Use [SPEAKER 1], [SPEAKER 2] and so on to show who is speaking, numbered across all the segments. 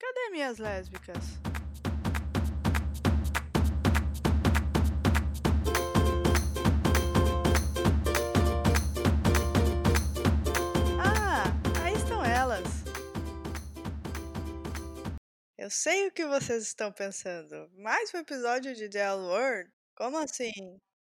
[SPEAKER 1] Cadê minhas lésbicas? Ah, aí estão elas. Eu sei o que vocês estão pensando. Mais um episódio de The L Word? Como assim?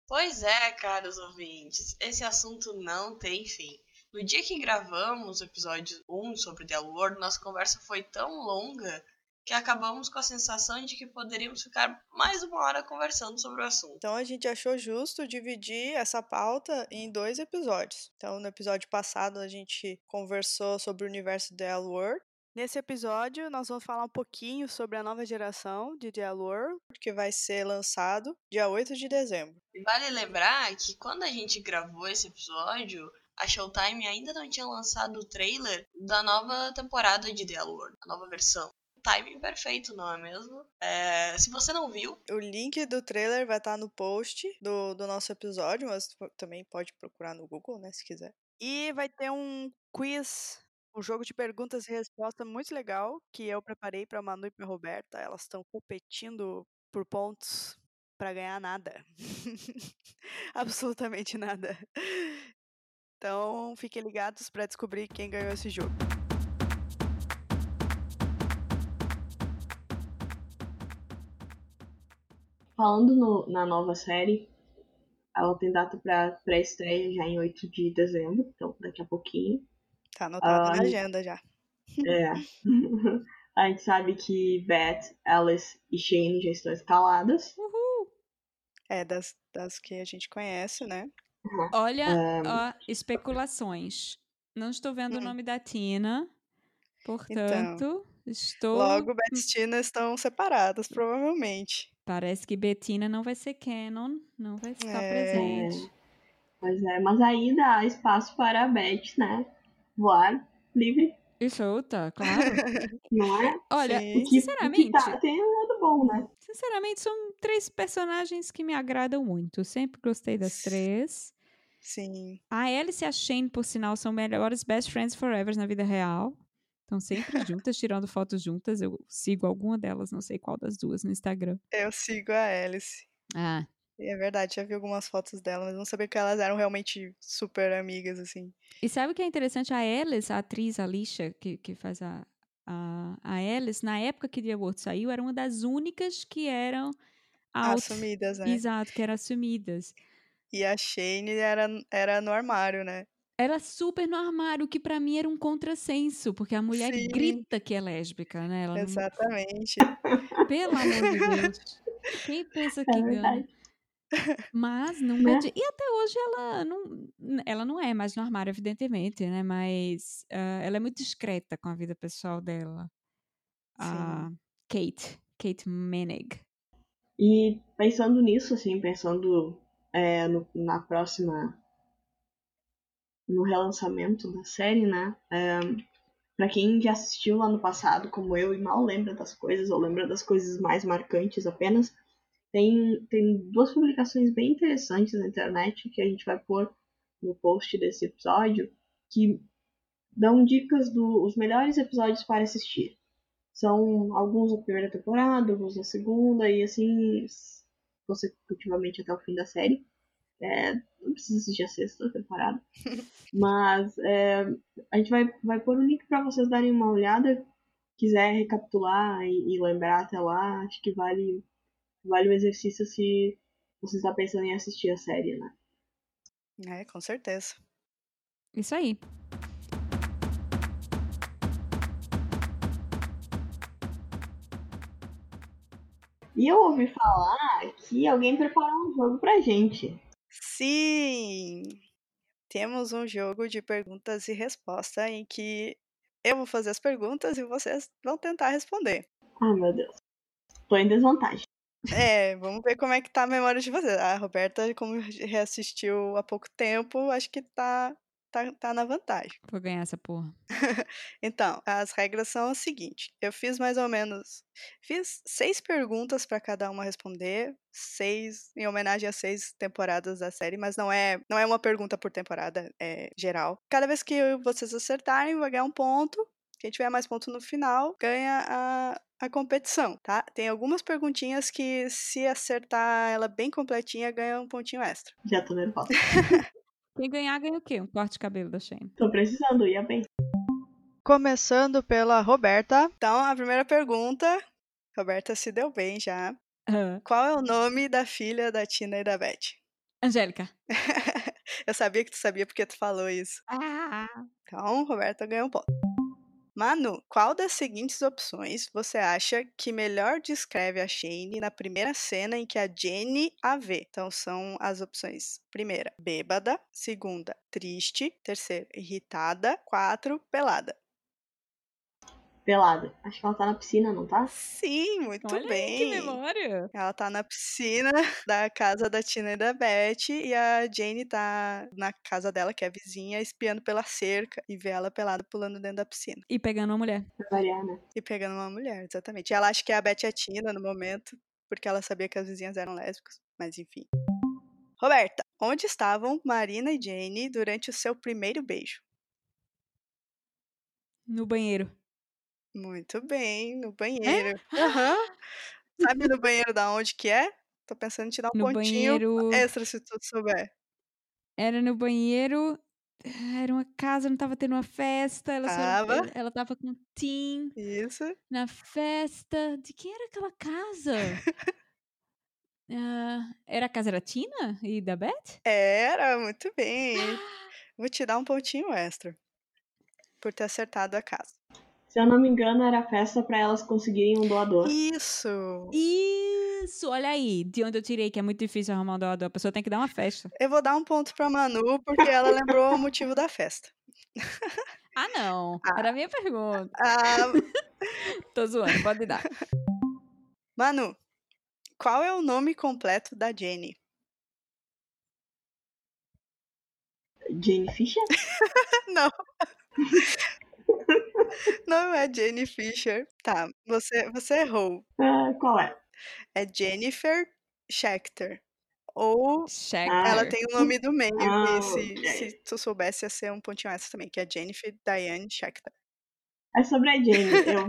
[SPEAKER 2] Pois é, caros ouvintes, esse assunto não tem fim. No dia que gravamos o episódio 1 sobre The World, nossa conversa foi tão longa que acabamos com a sensação de que poderíamos ficar mais uma hora conversando sobre o assunto.
[SPEAKER 1] Então a gente achou justo dividir essa pauta em dois episódios. Então no episódio passado a gente conversou sobre o universo The L World. Nesse episódio nós vamos falar um pouquinho sobre a nova geração de The L World, que vai ser lançado dia 8 de dezembro.
[SPEAKER 2] E vale lembrar que quando a gente gravou esse episódio, a Showtime ainda não tinha lançado o trailer da nova temporada de The World, a nova versão. Timing perfeito, não é mesmo? É, se você não viu,
[SPEAKER 1] O link do trailer vai estar no post do, do nosso episódio, mas tu também pode procurar no Google, né, se quiser. E vai ter um quiz, um jogo de perguntas e respostas muito legal que eu preparei para Manu e para Roberta. Elas estão competindo por pontos para ganhar nada. Absolutamente nada. Então, fiquem ligados para descobrir quem ganhou esse jogo.
[SPEAKER 2] falando no- na nova série, ela tem data pra pré-estreia já em 8 de dezembro, então daqui a pouquinho.
[SPEAKER 1] Tá anotado na
[SPEAKER 2] Ai.
[SPEAKER 1] agenda já.
[SPEAKER 2] É. A gente sabe que Beth, Alice e Shane já estão escaladas.
[SPEAKER 1] É das, das que a gente conhece, né?
[SPEAKER 3] Olha,
[SPEAKER 2] Ahn.
[SPEAKER 3] ó, especulações. Não estou vendo o
[SPEAKER 1] Hum. Então,
[SPEAKER 3] nome da Tina, portanto, estou.
[SPEAKER 1] Logo, Beth e Tina estão separadas, provavelmente.
[SPEAKER 3] Parece que Bettina não vai ser canon, não vai estar
[SPEAKER 1] É.
[SPEAKER 3] presente.
[SPEAKER 2] Pois é, mas ainda há espaço para a Beth, né? Voar livre,
[SPEAKER 3] E solta, claro.
[SPEAKER 2] não é?
[SPEAKER 3] Olha,
[SPEAKER 1] Sim.
[SPEAKER 2] O que- o que
[SPEAKER 3] sinceramente,
[SPEAKER 2] tá- tem um lado bom, né?
[SPEAKER 3] sinceramente, são três personagens que me agradam muito. Sempre gostei das três.
[SPEAKER 1] Sim.
[SPEAKER 3] A Alice e a Shane, por sinal, são melhores best friends forever na vida real. Estão sempre juntas, tirando fotos juntas. Eu sigo alguma delas, não sei qual das duas, no Instagram.
[SPEAKER 1] Eu sigo a Alice.
[SPEAKER 3] Ah,
[SPEAKER 1] E É verdade, já vi algumas fotos dela, mas não sabia que elas eram realmente super amigas, assim.
[SPEAKER 3] E sabe o que é interessante? A Alice, a atriz Alicia, que, que faz a, a, a Alice, na época que The Award saiu, era uma das únicas que eram out.
[SPEAKER 1] Assumidas, né?
[SPEAKER 3] Exato, que eram assumidas.
[SPEAKER 1] E a Shane era, era no armário, né?
[SPEAKER 3] Era super no armário, o que pra mim era um contrassenso, porque a mulher
[SPEAKER 1] Sim.
[SPEAKER 3] grita que é lésbica, né? Ela não,
[SPEAKER 1] Exatamente.
[SPEAKER 3] pelo amor de Deus. Quem pensa que ganha?
[SPEAKER 2] verdade.
[SPEAKER 3] Mas nunca.
[SPEAKER 2] Né?
[SPEAKER 3] di- E até hoje ela não, ela não é mais no armário, evidentemente, né? Mas ah, ela é muito discreta com a vida pessoal dela. a Kate, Kate Menig.
[SPEAKER 2] E pensando nisso, assim, pensando é, no- na próxima. no relançamento da série, né? É, pra quem já assistiu lá no passado, como eu, e mal lembra das coisas, ou lembra das coisas mais marcantes apenas, tem, tem duas publicações bem interessantes na internet que a gente vai pôr no post desse episódio, que dão dicas dos melhores episódios para assistir. São alguns da primeira temporada, alguns da segunda, e assim consecutivamente até o fim da série. É, não precisa assistir a sexta temporada. Mas é, a gente vai, vai pôr um link para vocês darem uma olhada. Quiser recapitular e, e lembrar até lá, acho que vale, vale o exercício se você está pensando em assistir a série, né?
[SPEAKER 1] É, com certeza.
[SPEAKER 3] Isso aí.
[SPEAKER 2] E eu ouvi falar que alguém preparou um jogo pra gente.
[SPEAKER 1] Sim! Temos um jogo de perguntas e respostas em que eu vou fazer as perguntas e vocês vão tentar responder.
[SPEAKER 2] Ai Ah, meu Deus. Tô em desvantagem.
[SPEAKER 1] É, vamos ver como é que tá a memória de vocês. A Roberta, como reassistiu há pouco tempo, acho que tá, tá, tá na vantagem.
[SPEAKER 3] Vou ganhar essa porra.
[SPEAKER 1] Então, as regras são as seguintes. Eu fiz mais ou menos. Fiz seis perguntas para cada uma responder. Seis, em homenagem às seis temporadas da série, mas não é, não é uma pergunta por temporada, é geral. Cada vez que eu- vocês acertarem, vai ganhar um ponto. Quem tiver mais ponto no final ganha a, a competição, tá? Tem algumas perguntinhas que, se acertar ela bem completinha, ganha um pontinho extra.
[SPEAKER 2] Já tô nervosa.
[SPEAKER 3] Quem ganhar, ganha o quê? Um corte de cabelo da Shane.
[SPEAKER 2] Tô precisando, ia bem.
[SPEAKER 1] Começando pela Roberta. Então, a primeira pergunta. Roberta se deu bem já.
[SPEAKER 3] Ah,
[SPEAKER 1] Qual é o nome da filha da Tina e da Beth?
[SPEAKER 3] Angélica.
[SPEAKER 1] Eu sabia que tu sabia porque tu falou isso.
[SPEAKER 3] Ah,
[SPEAKER 1] Então, Roberta ganhou um ponto. Manu, qual das seguintes opções você acha que melhor descreve a Shane na primeira cena em que a Jenny a vê? Então são as opções: primeira, bêbada, segunda, triste, terceira, irritada, quatro, pelada.
[SPEAKER 2] Pelada. Acho que ela tá na piscina, não tá?
[SPEAKER 1] Sim, muito
[SPEAKER 3] olha aí, que
[SPEAKER 1] bem.
[SPEAKER 3] memória.
[SPEAKER 1] ela tá na piscina da casa da Tina e da Beth e a Jane tá na casa dela, que é vizinha, espiando pela cerca e vê ela pelada pulando dentro da piscina.
[SPEAKER 3] E pegando uma mulher.
[SPEAKER 2] Pra variar, né?
[SPEAKER 1] E pegando uma mulher, exatamente. E ela acha que é a Betty e a Tina no momento, porque ela sabia que as vizinhas eram lésbicas, mas enfim. Roberta, onde estavam Marina e Jane durante o seu primeiro beijo?
[SPEAKER 3] No banheiro.
[SPEAKER 1] Muito bem,
[SPEAKER 3] É?
[SPEAKER 1] no banheiro. Aham. Sabe no banheiro da onde que é? Tô pensando em te dar um
[SPEAKER 3] No
[SPEAKER 1] pontinho
[SPEAKER 3] banheiro.
[SPEAKER 1] extra se tu souber.
[SPEAKER 3] Era no banheiro. ah, Era uma casa, não tava tendo uma festa. Ela, só era-
[SPEAKER 1] Tava.
[SPEAKER 3] ela- ela tava com um Tim
[SPEAKER 1] Isso.
[SPEAKER 3] na festa. De quem era aquela casa? Ah, era a casa da Tina e da Beth?
[SPEAKER 1] Era, muito bem. Vou te dar um pontinho extra por ter acertado a casa.
[SPEAKER 2] Se eu não me engano, era festa pra elas conseguirem um doador.
[SPEAKER 1] Isso!
[SPEAKER 3] Isso, olha aí, de onde eu tirei, que é muito difícil arrumar um doador. A pessoa tem que dar uma festa.
[SPEAKER 1] Eu vou dar um ponto pra Manu porque ela lembrou o motivo da festa.
[SPEAKER 3] Ah, não.
[SPEAKER 1] Ah.
[SPEAKER 3] Era a minha pergunta.
[SPEAKER 1] Ah,
[SPEAKER 3] Tô zoando, pode dar.
[SPEAKER 1] Manu, qual é o nome completo da Jenny?
[SPEAKER 2] Jane Fisher?
[SPEAKER 1] Não é Jenny Fisher. Tá, você, você errou.
[SPEAKER 2] Ah, qual é?
[SPEAKER 1] É Jennifer Schechter. Ou
[SPEAKER 3] Checker.
[SPEAKER 1] ela tem o nome do meio,
[SPEAKER 2] é? Ah,
[SPEAKER 1] que se,
[SPEAKER 2] ok.
[SPEAKER 1] se tu soubesse ia ser um pontinho extra também, que é Jennifer Diane Schechter.
[SPEAKER 2] É sobre a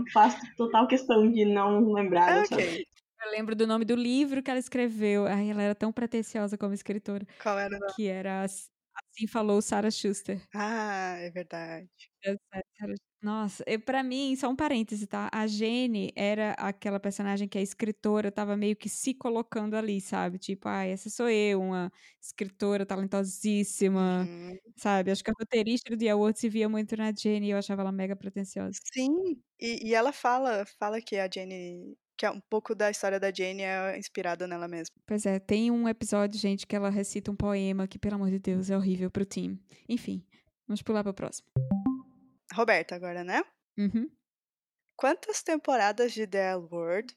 [SPEAKER 2] Jane. Eu faço total questão de não lembrar
[SPEAKER 1] Ah,
[SPEAKER 2] dessa.
[SPEAKER 1] ok.
[SPEAKER 3] Eu lembro do nome do livro que ela escreveu. Ai, ela era tão pretensiosa como escritora,
[SPEAKER 1] Qual era o nome?
[SPEAKER 3] que era As- Assim Falou Sarah Schuster.
[SPEAKER 1] Ah, é verdade.
[SPEAKER 3] Nossa, eu, pra mim, só um parêntese, tá? A Jenny era aquela personagem que a escritora tava meio que se colocando ali, sabe? Tipo, ai, essa sou eu, uma escritora talentosíssima,
[SPEAKER 1] Uhum.
[SPEAKER 3] sabe? Acho que a roteirista do The Award se via muito na Jenny e eu achava ela mega pretensiosa.
[SPEAKER 1] Sim, e, e ela fala, fala que a Jenny, que é um pouco da história da Jenny é inspirada nela mesma.
[SPEAKER 3] Pois é, tem um episódio, gente, que ela recita um poema que, pelo amor de Deus, é horrível pro time. Enfim, vamos pular pro próximo.
[SPEAKER 1] Roberta agora, né?
[SPEAKER 3] Uhum.
[SPEAKER 1] Quantas temporadas de The World,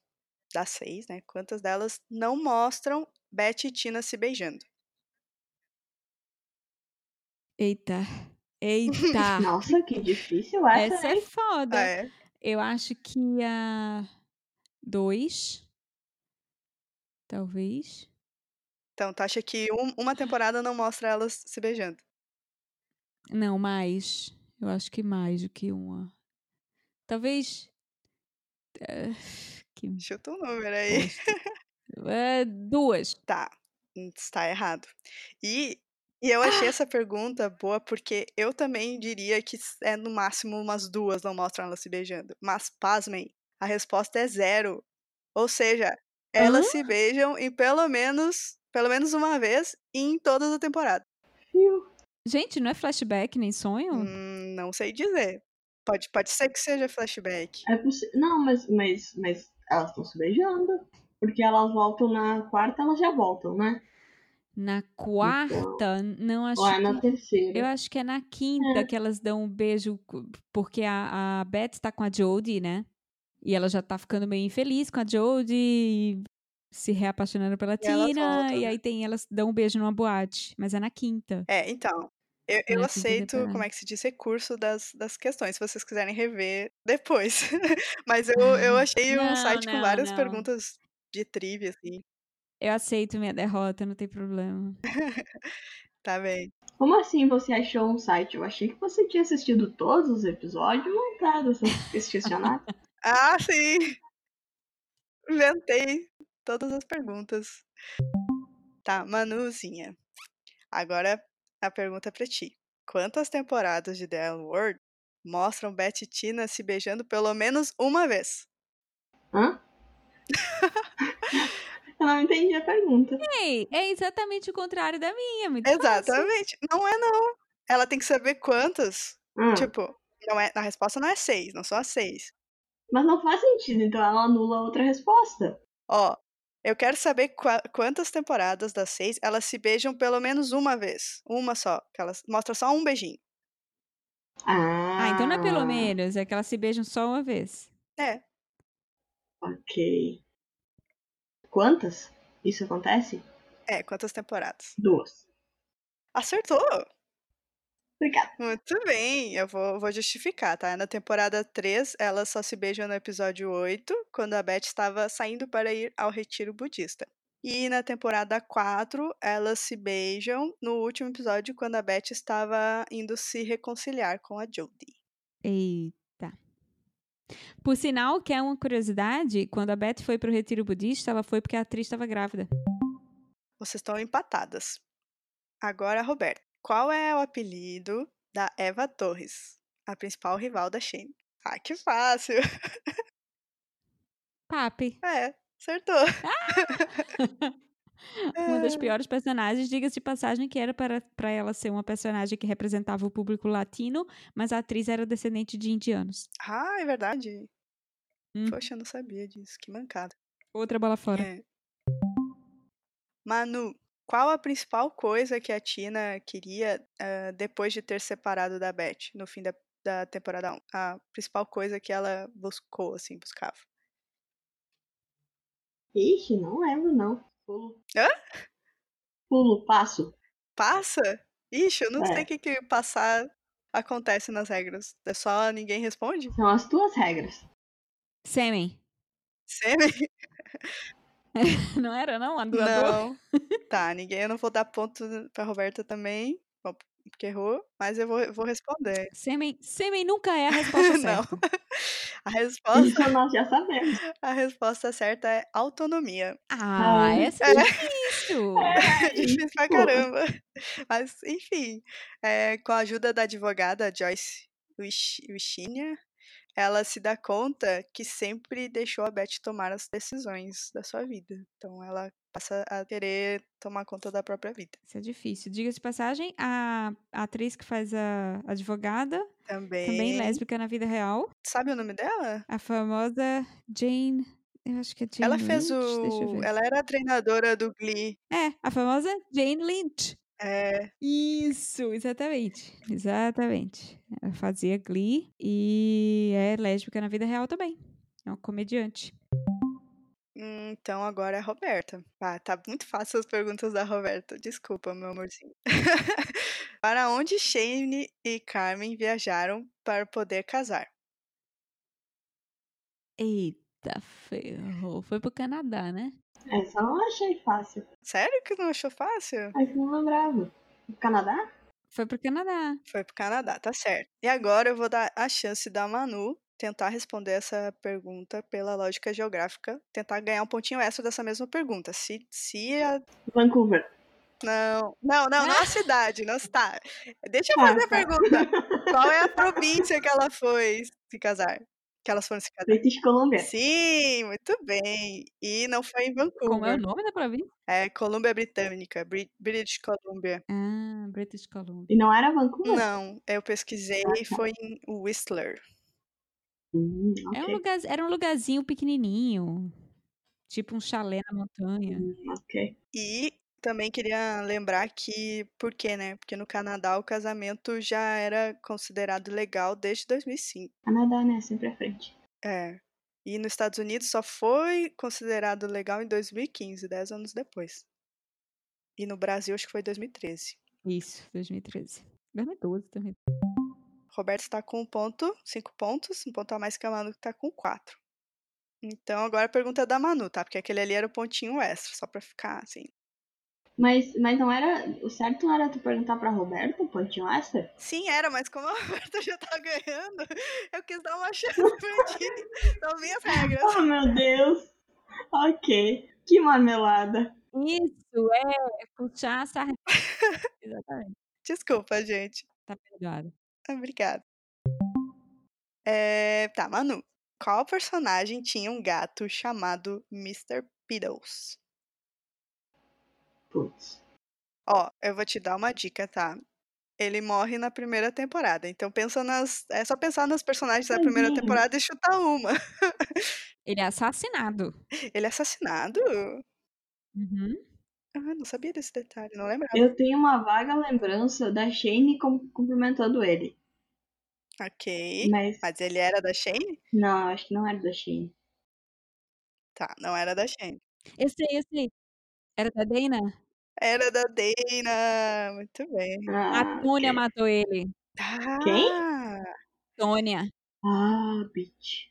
[SPEAKER 1] das seis, né? Quantas delas não mostram Beth e Tina se beijando?
[SPEAKER 3] Eita, eita.
[SPEAKER 2] Nossa, que difícil essa,
[SPEAKER 3] Ah.
[SPEAKER 2] né?
[SPEAKER 3] Essa
[SPEAKER 2] hein?
[SPEAKER 3] é foda.
[SPEAKER 1] Ah, é?
[SPEAKER 3] Eu acho que a. Dois. Talvez.
[SPEAKER 1] Então, tu acha que um- uma temporada não mostra elas se beijando?
[SPEAKER 3] Não, mais. Eu acho que mais do que uma. Talvez. eh, que
[SPEAKER 1] Chuta um número aí.
[SPEAKER 3] bosta. Eh, duas.
[SPEAKER 1] Tá, está errado. E, e eu achei essa pergunta boa porque eu também diria que s- é no máximo umas duas não mostram elas se beijando. Mas pasmem, a resposta é zero. Ou seja, elas se beijam em pelo menos, pelo menos uma vez em toda a temporada.
[SPEAKER 3] é
[SPEAKER 2] Fio.
[SPEAKER 3] Gente, não é flashback nem sonho?
[SPEAKER 1] Hum, não sei dizer. Pode, pode ser que seja flashback.
[SPEAKER 2] É possi- Não, mas, mas, mas elas estão se beijando. Porque elas voltam na quarta, elas já voltam, né?
[SPEAKER 3] Na quarta, não acho
[SPEAKER 2] Ou é na
[SPEAKER 3] que. Eu
[SPEAKER 2] terceira.
[SPEAKER 3] acho que é na quinta
[SPEAKER 2] É.
[SPEAKER 3] que elas dão um beijo, co- porque a, a Beth tá com a Jodie, né? E ela já tá ficando meio infeliz com a Jodie, e se reapaixonando pela
[SPEAKER 1] E elas
[SPEAKER 3] Tina,
[SPEAKER 1] voltam,
[SPEAKER 3] e
[SPEAKER 1] né?
[SPEAKER 3] aí tem elas dão um beijo numa boate, mas é na quinta.
[SPEAKER 1] É, então. Eu,
[SPEAKER 3] É
[SPEAKER 1] eu
[SPEAKER 3] na quinta
[SPEAKER 1] aceito,
[SPEAKER 3] temporada.
[SPEAKER 1] como é que se diz, recurso das, das questões, se vocês quiserem rever depois. Mas eu, eu
[SPEAKER 3] Ah,
[SPEAKER 1] achei um
[SPEAKER 3] não,
[SPEAKER 1] site com
[SPEAKER 3] não,
[SPEAKER 1] várias
[SPEAKER 3] não.
[SPEAKER 1] perguntas de trivia, assim.
[SPEAKER 3] Eu aceito minha derrota, não tem problema.
[SPEAKER 1] Tá bem.
[SPEAKER 2] Como assim você achou um site? Eu achei que você tinha assistido todos os episódios, não entraram esses questionários.
[SPEAKER 1] Ah, sim! Inventei todas as perguntas. Tá, Manuzinha. Agora a pergunta pra ti. Quantas temporadas de The L Word mostram Beth e Tina se beijando pelo menos uma vez?
[SPEAKER 2] Hã? Eu não entendi a pergunta.
[SPEAKER 3] Ei, é exatamente o contrário da minha, muito fácil.
[SPEAKER 1] Exatamente. Não é não. Ela tem que saber quantas.
[SPEAKER 2] Ah,
[SPEAKER 1] Tipo, não é, a resposta não é seis, não são as seis.
[SPEAKER 2] Mas não faz sentido, então ela anula a outra resposta.
[SPEAKER 1] Ó, eu quero saber qua- quantas temporadas das seis elas se beijam pelo menos uma vez. Uma só. Que elas mostra só um beijinho.
[SPEAKER 2] Ah,
[SPEAKER 3] Ah, então não é pelo menos, é que elas se beijam só uma vez.
[SPEAKER 1] É.
[SPEAKER 2] Ok. Quantas? Isso acontece?
[SPEAKER 1] É, quantas temporadas?
[SPEAKER 2] Duas.
[SPEAKER 1] Acertou!
[SPEAKER 2] Obrigada.
[SPEAKER 1] Muito bem, eu vou, vou justificar, tá? Na temporada 3, elas só se beijam no episódio 8, quando a Beth estava saindo para ir ao retiro budista. E na temporada 4, elas se beijam no último episódio, quando a Beth estava indo se reconciliar com a Jodie.
[SPEAKER 3] Eita. Por sinal, que é uma curiosidade, quando a Beth foi pro retiro budista, ela foi porque a atriz estava grávida.
[SPEAKER 1] Vocês estão empatadas. Agora, Roberto, qual é o apelido da Eva Torres, a principal rival da Shane? Ah, que fácil!
[SPEAKER 3] Papi,
[SPEAKER 1] É, acertou!
[SPEAKER 3] Ah!
[SPEAKER 1] É.
[SPEAKER 3] uma das piores personagens, diga-se de passagem que era para, para ela ser uma personagem que representava o público latino, mas a atriz era descendente de indianos.
[SPEAKER 1] Ah, é verdade.
[SPEAKER 3] Hum.
[SPEAKER 1] Poxa, eu não sabia disso. Que mancada.
[SPEAKER 3] Outra bola fora.
[SPEAKER 1] É. Manu, qual a principal coisa que a Tina queria ah, depois de ter separado da Beth no fim da, da temporada 1? A principal coisa que ela buscou, assim, buscava.
[SPEAKER 2] Ixi, não lembro, não. Pulo.
[SPEAKER 1] Hã?
[SPEAKER 2] Pulo, passo.
[SPEAKER 1] Passa? Ixi, eu não
[SPEAKER 2] É.
[SPEAKER 1] sei o que, que passar acontece nas regras. É só ninguém responde?
[SPEAKER 2] São as tuas regras.
[SPEAKER 1] É.
[SPEAKER 3] Sêmen.
[SPEAKER 1] Sempre?
[SPEAKER 3] Não era, não? A doadora?
[SPEAKER 1] Não. Tá, ninguém. Eu não vou dar ponto pra Roberta também, bom, porque errou, mas eu vou, eu vou responder.
[SPEAKER 3] Sêmen, sêmen nunca é a resposta
[SPEAKER 1] Não.
[SPEAKER 3] certa.
[SPEAKER 1] A resposta
[SPEAKER 2] Isso nós já sabemos.
[SPEAKER 1] A resposta certa é autonomia.
[SPEAKER 3] Ah,
[SPEAKER 2] Ah,
[SPEAKER 3] essa é
[SPEAKER 1] é.
[SPEAKER 3] difícil.
[SPEAKER 1] É difícil pra
[SPEAKER 2] pô.
[SPEAKER 3] tipo,
[SPEAKER 1] caramba. Mas, enfim, é, com a ajuda da advogada Joyce Wish- Wishinia, ela se dá conta que sempre deixou a Beth tomar as decisões da sua vida. Então, ela passa a querer tomar conta da própria vida.
[SPEAKER 3] Isso é difícil. Diga de passagem, a, a atriz que faz a advogada,
[SPEAKER 1] Também.
[SPEAKER 3] também lésbica na vida real,
[SPEAKER 1] Sabe o nome dela?
[SPEAKER 3] a famosa Jane. Eu acho que é Jane
[SPEAKER 1] Ela fez
[SPEAKER 3] Lynch. Deixa eu
[SPEAKER 1] o.
[SPEAKER 3] ver.
[SPEAKER 1] Ela era a treinadora do Glee.
[SPEAKER 3] É, a famosa Jane Lynch.
[SPEAKER 1] É,
[SPEAKER 3] Isso, exatamente. Exatamente. Ela fazia Glee e é lésbica na vida real também. É uma comediante.
[SPEAKER 1] então agora é a Roberta. Ah, tá muito fácil as perguntas da Roberta. Desculpa, meu amorzinho. Para onde Shane e Carmen viajaram para poder casar?
[SPEAKER 3] Eita, ferro. Foi pro Canadá, né?
[SPEAKER 2] Essa É eu não achei fácil.
[SPEAKER 1] Sério que não achou fácil?
[SPEAKER 2] Mas não lembrava. O Canadá?
[SPEAKER 3] Foi pro Canadá.
[SPEAKER 1] Foi pro Canadá, tá certo. E agora eu vou dar a chance da Manu tentar responder essa pergunta pela lógica geográfica, tentar ganhar um pontinho extra dessa mesma pergunta. Se, se a...
[SPEAKER 2] Vancouver.
[SPEAKER 1] Não, não, não, não a cidade, não está. Deixa eu
[SPEAKER 2] Ah,
[SPEAKER 1] fazer a
[SPEAKER 2] Né? tá.
[SPEAKER 1] pergunta. Qual é a província que ela foi se casar? Que elas foram se casar?
[SPEAKER 2] British Columbia.
[SPEAKER 1] Sim, muito bem. E não foi em
[SPEAKER 3] Como é o
[SPEAKER 1] Vancouver.
[SPEAKER 3] nome da província?
[SPEAKER 1] É Colômbia Britânica, Bri- British Columbia.
[SPEAKER 3] Ah, British Columbia.
[SPEAKER 2] E não era Vancouver?
[SPEAKER 1] Não, eu pesquisei
[SPEAKER 2] Ah,
[SPEAKER 1] e
[SPEAKER 2] tá.
[SPEAKER 1] foi em Whistler.
[SPEAKER 2] Hum,
[SPEAKER 3] É um
[SPEAKER 2] ok.
[SPEAKER 3] lugar, era um lugarzinho pequenininho, tipo um chalé na montanha.
[SPEAKER 2] Hum, ok.
[SPEAKER 1] E também queria lembrar que, por quê, né? Porque no Canadá o casamento já era considerado legal desde 2005.
[SPEAKER 2] Canadá, né? Sempre à frente.
[SPEAKER 1] É. E nos Estados Unidos só foi considerado legal em 2015, 10 anos depois. E no Brasil acho que foi 2013.
[SPEAKER 3] Isso, 2013. 2012 também.
[SPEAKER 1] Roberto está com um ponto, cinco pontos, um ponto a mais que a Manu que está com quatro. tá? Então agora a pergunta é da Manu, tá? Porque aquele ali era o pontinho extra, só pra ficar assim.
[SPEAKER 2] Mas, mas não era. O certo não era tu perguntar pra Roberta, um Pontimaster?
[SPEAKER 1] Sim, era, mas como a Roberta já tá ganhando, eu quis dar uma chance pra ti. Não vi as regras.
[SPEAKER 2] Oh, meu Deus! Ok. Que marmelada.
[SPEAKER 3] Isso, é, é puxar a sardinha. Exatamente.
[SPEAKER 1] Desculpa, gente.
[SPEAKER 3] Tá perdoado.
[SPEAKER 1] Obrigada. É, tá, Manu. Qual personagem tinha um gato chamado Mr. Piddles?
[SPEAKER 2] Putz.
[SPEAKER 1] Ó, eu vou te dar uma dica, tá? Ele morre na primeira temporada. Então pensa nas. É só pensar nos personagens da primeira
[SPEAKER 2] Tadinho.
[SPEAKER 1] temporada e chutar uma.
[SPEAKER 3] Ele é assassinado.
[SPEAKER 1] Ele é assassinado?
[SPEAKER 3] Uhum.
[SPEAKER 1] Ah, não sabia desse detalhe, não lembrava.
[SPEAKER 2] Eu tenho uma vaga lembrança da Shane cum- cumprimentando ele.
[SPEAKER 1] Ok.
[SPEAKER 2] Mas.
[SPEAKER 1] Mas ele era da Shane?
[SPEAKER 2] Não, acho que não era da Shane.
[SPEAKER 1] Tá, não era da Shane.
[SPEAKER 3] Eu sei, eu sei. Era da Dana?
[SPEAKER 1] Era da Dana. Muito bem.
[SPEAKER 2] Ah,
[SPEAKER 3] A Tônia
[SPEAKER 2] ok.
[SPEAKER 3] matou ele.
[SPEAKER 2] Quem?
[SPEAKER 1] Ah,
[SPEAKER 3] Tônia.
[SPEAKER 2] Ah, bitch.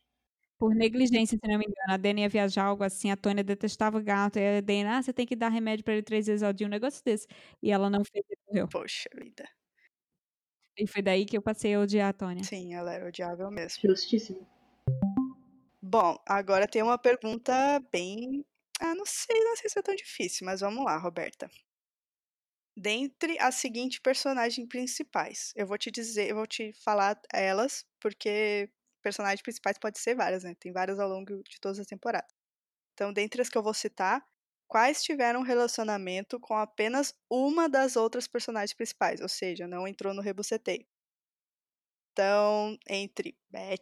[SPEAKER 3] Por negligência, se não me engano. A Dana ia viajar algo assim, a Tônia detestava o gato. E a Dana, ah, você tem que dar remédio pra ele três vezes ao dia, um negócio desse. E ela não fez e morreu.
[SPEAKER 1] poxa vida.
[SPEAKER 3] E foi daí que eu passei a odiar a
[SPEAKER 2] É.
[SPEAKER 3] Tônia.
[SPEAKER 1] Sim, ela era odiável mesmo.
[SPEAKER 2] Justíssimo.
[SPEAKER 1] Bom, agora tem uma pergunta bem. Ah, não sei, não sei se é tão difícil, mas vamos lá, Roberta. Dentre as seguintes personagens principais, eu vou te dizer, eu vou te falar elas, porque personagens principais pode ser várias, né? Tem várias ao longo de todas as temporadas. Então, dentre as que eu vou citar, quais tiveram relacionamento com apenas uma das outras personagens principais, ou seja, não entrou no rebuceteio. Então, entre Beth,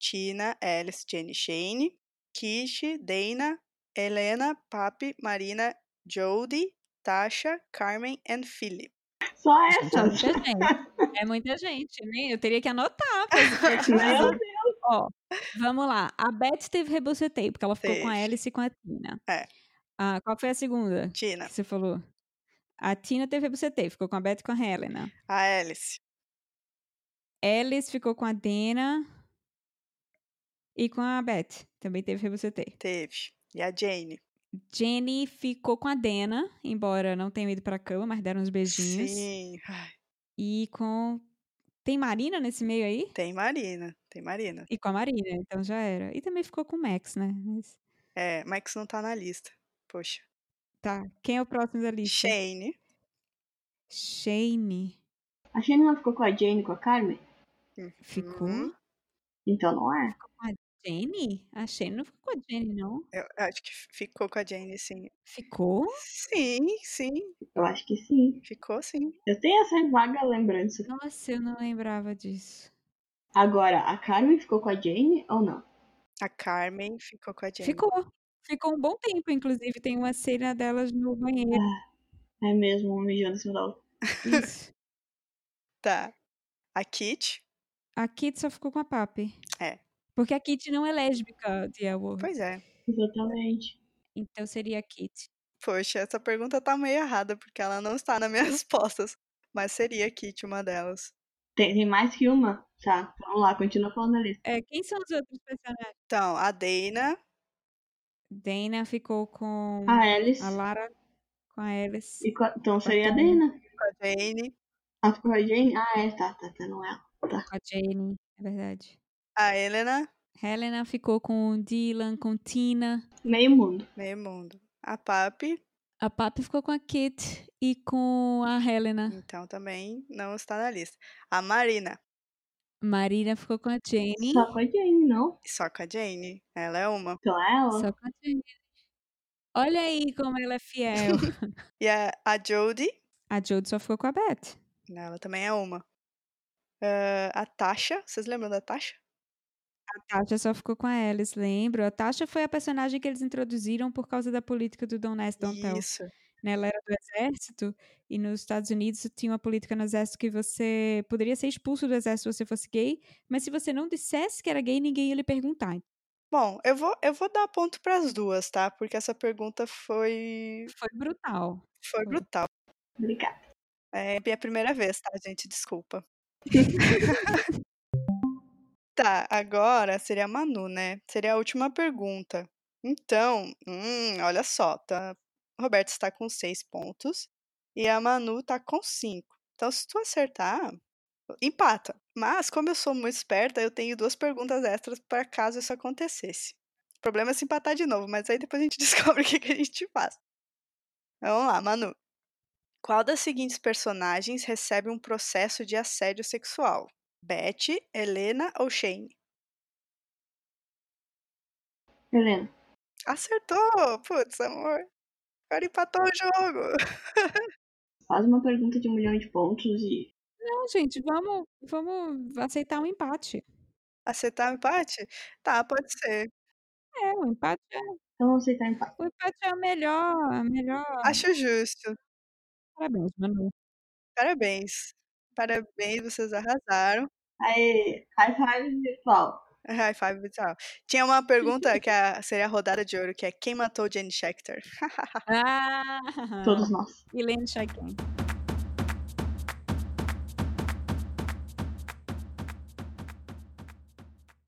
[SPEAKER 1] Tina, Alice, Jenny, Shane, Kish, Dana, Helena, Papi, Marina, Jodie, Tasha, Carmen e Philip.
[SPEAKER 2] Só
[SPEAKER 3] Gente,
[SPEAKER 2] essas.
[SPEAKER 3] é muita gente. É muita gente, né? Eu teria que anotar. Pois,
[SPEAKER 2] Meu
[SPEAKER 3] Deus. Ó, vamos lá. A Beth teve reboceteio, porque ela ficou com a
[SPEAKER 1] Teve.
[SPEAKER 3] Alice e com a Tina.
[SPEAKER 1] É.
[SPEAKER 3] Ah, qual foi a segunda
[SPEAKER 1] Tina,
[SPEAKER 3] que você falou? A Tina teve reboceteio, ficou com a Beth e com a Helena.
[SPEAKER 1] a Alice.
[SPEAKER 3] Alice ficou com a Dana e com a Beth. Também teve reboceteio.
[SPEAKER 1] Teve. E a Jane.
[SPEAKER 3] Jenny ficou com a Dana, embora não tenha ido pra cama, mas deram uns beijinhos.
[SPEAKER 1] Sim. Ai,
[SPEAKER 3] E com. Tem Marina nesse meio aí?
[SPEAKER 1] Tem Marina. Tem Marina.
[SPEAKER 3] E com a Marina, então já era. E também ficou com o Max, né? Mas
[SPEAKER 1] É, Max não tá na lista. Poxa.
[SPEAKER 3] tá. Quem é o próximo da lista?
[SPEAKER 1] Shane.
[SPEAKER 3] Shane.
[SPEAKER 2] A Shane não ficou com a Jane, com a Carmen?
[SPEAKER 3] Ficou
[SPEAKER 1] Uhum.
[SPEAKER 2] Então não é?
[SPEAKER 3] com a Jenny? A Shane não ficou com a Jenny, não.
[SPEAKER 1] Eu acho que ficou com a Jane, sim.
[SPEAKER 3] Ficou?
[SPEAKER 1] Sim, sim.
[SPEAKER 2] Eu acho que sim.
[SPEAKER 1] Ficou, sim.
[SPEAKER 2] Eu tenho essa vaga lembrança.
[SPEAKER 3] Nossa, eu não lembrava disso.
[SPEAKER 2] Agora, a Carmen ficou com a Jane ou não?
[SPEAKER 1] A Carmen ficou com a Jane.
[SPEAKER 3] Ficou. Ficou um bom tempo, inclusive. Tem uma cena delas no banheiro.
[SPEAKER 2] É mesmo, mijando em cima da outra.
[SPEAKER 3] Isso.
[SPEAKER 1] Tá. A Kit?
[SPEAKER 3] A Kit só ficou com a Papi.
[SPEAKER 1] É.
[SPEAKER 3] Porque a Kit não é lésbica, Tia Ward.
[SPEAKER 1] Pois é.
[SPEAKER 2] Exatamente.
[SPEAKER 3] Então seria a Kit.
[SPEAKER 1] Poxa, essa pergunta tá meio errada, porque ela não está nas minhas respostas. Mas seria a Kit uma delas.
[SPEAKER 2] Tem, tem mais que uma? Tá, vamos lá, continua falando ali.
[SPEAKER 3] É, quem são os outros personagens?
[SPEAKER 1] Então, a Dana,
[SPEAKER 3] Dana ficou com
[SPEAKER 2] A Alice.
[SPEAKER 3] a Lara, com a Alice.
[SPEAKER 2] E co- então seria a
[SPEAKER 3] Então-
[SPEAKER 2] Dana.
[SPEAKER 1] com a Jane,
[SPEAKER 2] Ela ficou com a Jane? Ah, é, tá, tá, tá, não é. ela.
[SPEAKER 3] Com a Jane, é verdade.
[SPEAKER 1] a Helena,
[SPEAKER 3] Helena ficou com o Dylan, com Tina.
[SPEAKER 2] Meio mundo.
[SPEAKER 1] meio mundo. A Papi,
[SPEAKER 3] A Papi ficou com a Kit e com a Helena.
[SPEAKER 1] então também não está na lista. A Marina,
[SPEAKER 3] Marina ficou com a Jane.
[SPEAKER 2] Só com a Jane, não?
[SPEAKER 1] só com a Jane. Ela é uma.
[SPEAKER 2] Então é ela.
[SPEAKER 3] Só com a Jane. Olha aí como ela é fiel.
[SPEAKER 1] E a, a Jodie,
[SPEAKER 3] a Jodie só ficou com a Beth.
[SPEAKER 1] né, ela também é uma. Ah, a Tasha, vocês lembram da Tasha?
[SPEAKER 3] Tasha só ficou com a Alice, lembro. A Tasha foi a personagem que eles introduziram por causa da política do Don't Ask, Don't Tell.
[SPEAKER 1] Isso.
[SPEAKER 3] né? Ela era do exército e nos Estados Unidos tinha uma política no exército que você poderia ser expulso do exército se você fosse gay, mas se você não dissesse que era gay, ninguém ia lhe perguntar.
[SPEAKER 1] Bom, eu vou, eu vou dar ponto para as duas, tá? Porque essa pergunta foi,
[SPEAKER 3] Foi brutal.
[SPEAKER 1] foi
[SPEAKER 3] Foi.
[SPEAKER 1] brutal.
[SPEAKER 2] Obrigada.
[SPEAKER 1] É minha primeira vez, tá, gente? Desculpa. Tá, agora seria a Manu, né? Seria a última pergunta. Então, hum, olha só, tá? Roberto está com seis pontos e a Manu está com cinco. Então, se tu acertar, empata. Mas, como eu sou muito esperta, eu tenho duas perguntas extras para caso isso acontecesse. O problema é se empatar de novo, mas aí depois a gente descobre o que, que a gente faz. Então, vamos lá, Manu. Qual das seguintes personagens recebe um processo de assédio sexual? Beth, Helena ou Shane?
[SPEAKER 4] Helena.
[SPEAKER 1] Acertou! Putz, amor. Agora empatou o jogo.
[SPEAKER 4] Faz uma pergunta de um milhão de pontos e.
[SPEAKER 3] Não, Então, gente, vamos, vamos aceitar um empate.
[SPEAKER 1] Aceitar o empate? Tá, pode ser.
[SPEAKER 3] É, o empate é,
[SPEAKER 4] Então vamos aceitar empate.
[SPEAKER 3] o empate é o melhor, a melhor.
[SPEAKER 1] Acho justo.
[SPEAKER 3] Parabéns, Manu.
[SPEAKER 1] Parabéns. Parabéns, vocês arrasaram.
[SPEAKER 4] Aê, high five virtual.
[SPEAKER 1] High five vital. Tinha uma pergunta que a- seria a rodada de ouro, que é quem matou Jane Schechter?
[SPEAKER 3] Ah!
[SPEAKER 4] Todos nós.
[SPEAKER 3] Helene Chaikin.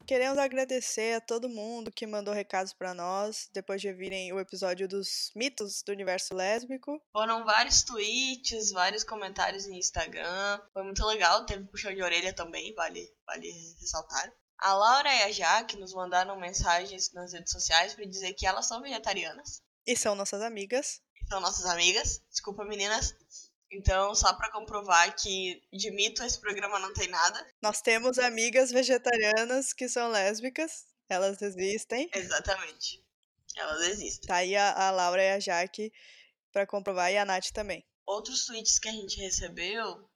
[SPEAKER 1] Queremos agradecer a todo mundo que mandou recados pra nós, depois de virem o episódio dos mitos do universo lésbico.
[SPEAKER 2] Foram vários tweets, vários comentários no Instagram. Foi muito legal, teve puxão de orelha também, vale, vale ressaltar. A Laura e a Jaque nos mandaram mensagens nas redes sociais pra dizer que elas são vegetarianas.
[SPEAKER 1] E são nossas amigas.
[SPEAKER 2] São nossas amigas. Desculpa, meninas. Então, só pra comprovar que de mito esse programa não tem nada.
[SPEAKER 1] Nós temos amigas vegetarianas que são lésbicas. Elas existem.
[SPEAKER 2] Exatamente. Elas existem.
[SPEAKER 1] Tá aí a, a Laura e a Jaque pra comprovar, e a Nath também.
[SPEAKER 2] Outros tweets que a gente recebeu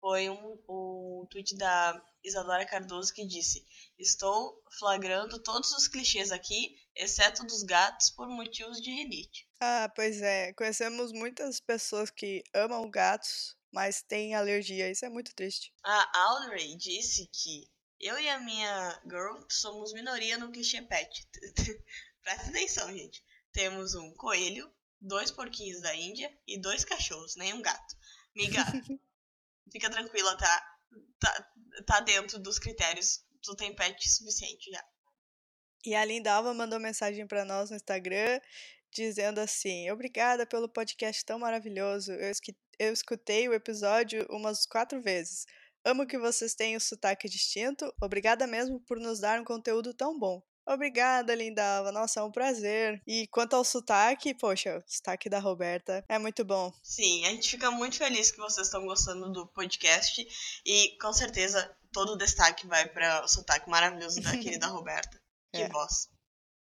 [SPEAKER 2] foi um, um tweet da Isadora Cardoso que disse: Estou flagrando todos os clichês aqui, exceto dos gatos, por motivos de rinite.
[SPEAKER 1] Ah, pois é. Conhecemos muitas pessoas que amam gatos, mas têm alergia. Isso é muito triste.
[SPEAKER 2] A Audrey disse que eu e a minha girl somos minoria no clichê pet. Presta atenção, gente. Temos um coelho, dois porquinhos da Índia e dois cachorros, nenhum gato. Miga, fica tranquila, tá? tá? Tá dentro dos critérios. Tu tem pet suficiente já.
[SPEAKER 1] E a Linda Alva mandou mensagem pra nós no Instagram dizendo assim: Obrigada pelo podcast tão maravilhoso. Eu, esqui- eu escutei o episódio umas quatro vezes. Amo que vocês tenham sotaque distinto. Obrigada mesmo por nos dar um conteúdo tão bom. Obrigada, Linda Alva. Nossa, é um prazer. E quanto ao sotaque, poxa, o sotaque da Roberta é muito bom.
[SPEAKER 2] Sim, a gente fica muito feliz que vocês estão gostando do podcast e com certeza todo o destaque vai para o sotaque maravilhoso da querida Roberta. Que
[SPEAKER 1] É.
[SPEAKER 2] voz.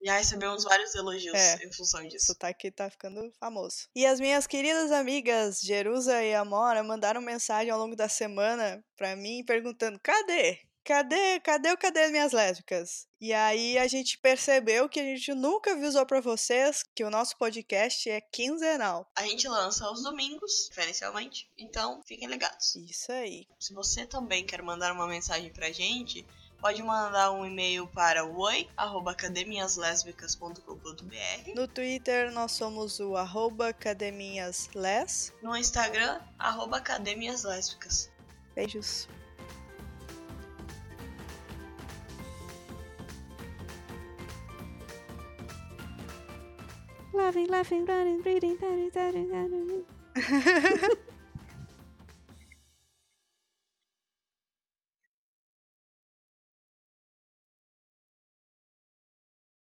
[SPEAKER 2] Já recebemos vários elogios
[SPEAKER 1] É.
[SPEAKER 2] em função
[SPEAKER 1] O
[SPEAKER 2] disso.
[SPEAKER 1] sotaque tá ficando famoso. E as minhas queridas amigas Jerusa e Amora mandaram mensagem ao longo da semana pra mim perguntando: cadê? Cadê? Cadê o cadê as minhas lésbicas? E aí a gente percebeu que a gente nunca avisou pra vocês que o nosso podcast é quinzenal.
[SPEAKER 2] A gente lança aos domingos, preferencialmente, então fiquem ligados.
[SPEAKER 1] Isso aí.
[SPEAKER 2] Se você também quer mandar uma mensagem pra gente, pode mandar um e-mail para oi@academiaslesbicas.com.br,
[SPEAKER 1] No Twitter nós somos o arroba Cademinhas Les.
[SPEAKER 2] no Instagram arroba academias lésbicas.
[SPEAKER 1] Beijos.
[SPEAKER 3] Loving, loving, running, breathing, darling, darling, darling.